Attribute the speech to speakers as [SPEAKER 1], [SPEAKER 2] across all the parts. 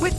[SPEAKER 1] With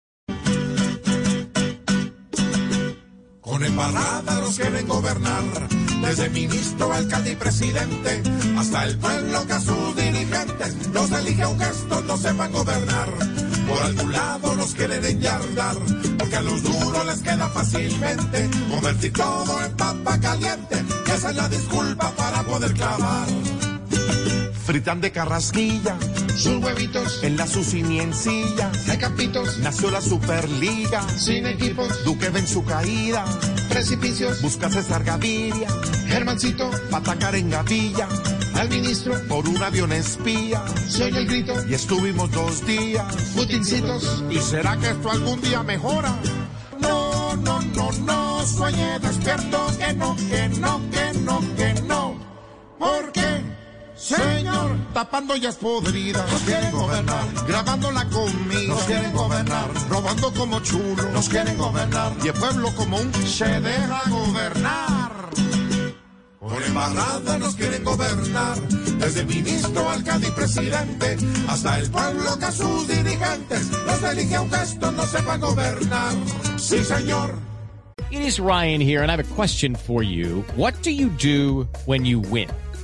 [SPEAKER 2] Con embarrada los quieren gobernar, desde ministro, alcalde y presidente, hasta el pueblo que a sus dirigentes los elige a un gesto, no sepan gobernar. Por algún lado los quieren enyardar, porque a los duros les queda fácilmente convertir todo en papa caliente, que esa es la disculpa para poder clavar. Fritan de carrasquilla,
[SPEAKER 3] sus huevitos,
[SPEAKER 2] en la susini en silla,
[SPEAKER 3] de campitos,
[SPEAKER 2] nació la Superliga,
[SPEAKER 3] sin equipos,
[SPEAKER 2] Duque ven su caída,
[SPEAKER 3] precipicios,
[SPEAKER 2] busca César Gaviria,
[SPEAKER 3] Germancito,
[SPEAKER 2] pa' atacar en Gatilla,
[SPEAKER 3] al ministro,
[SPEAKER 2] por un avión espía,
[SPEAKER 3] soy el grito,
[SPEAKER 2] y estuvimos dos días.
[SPEAKER 3] putincitos,
[SPEAKER 2] ¿Y será que esto algún día mejora? No, no, no, no, sueñe despierto, que no, que no, que no, que no. Porque, señor, tapando ya es podrida, nos quieren gobernar, grabando la comida, nos quieren gobernar, robando como chulos, nos quieren gobernar, y el pueblo común se deja gobernar. Por embarrada nos quieren gobernar, desde ministro, alcalde y presidente, hasta el pueblo que a sus dirigentes los elige a un gesto, no sepa gobernar. Sí, señor.
[SPEAKER 4] It is Ryan here, and I have a question for you. What do you do when you win?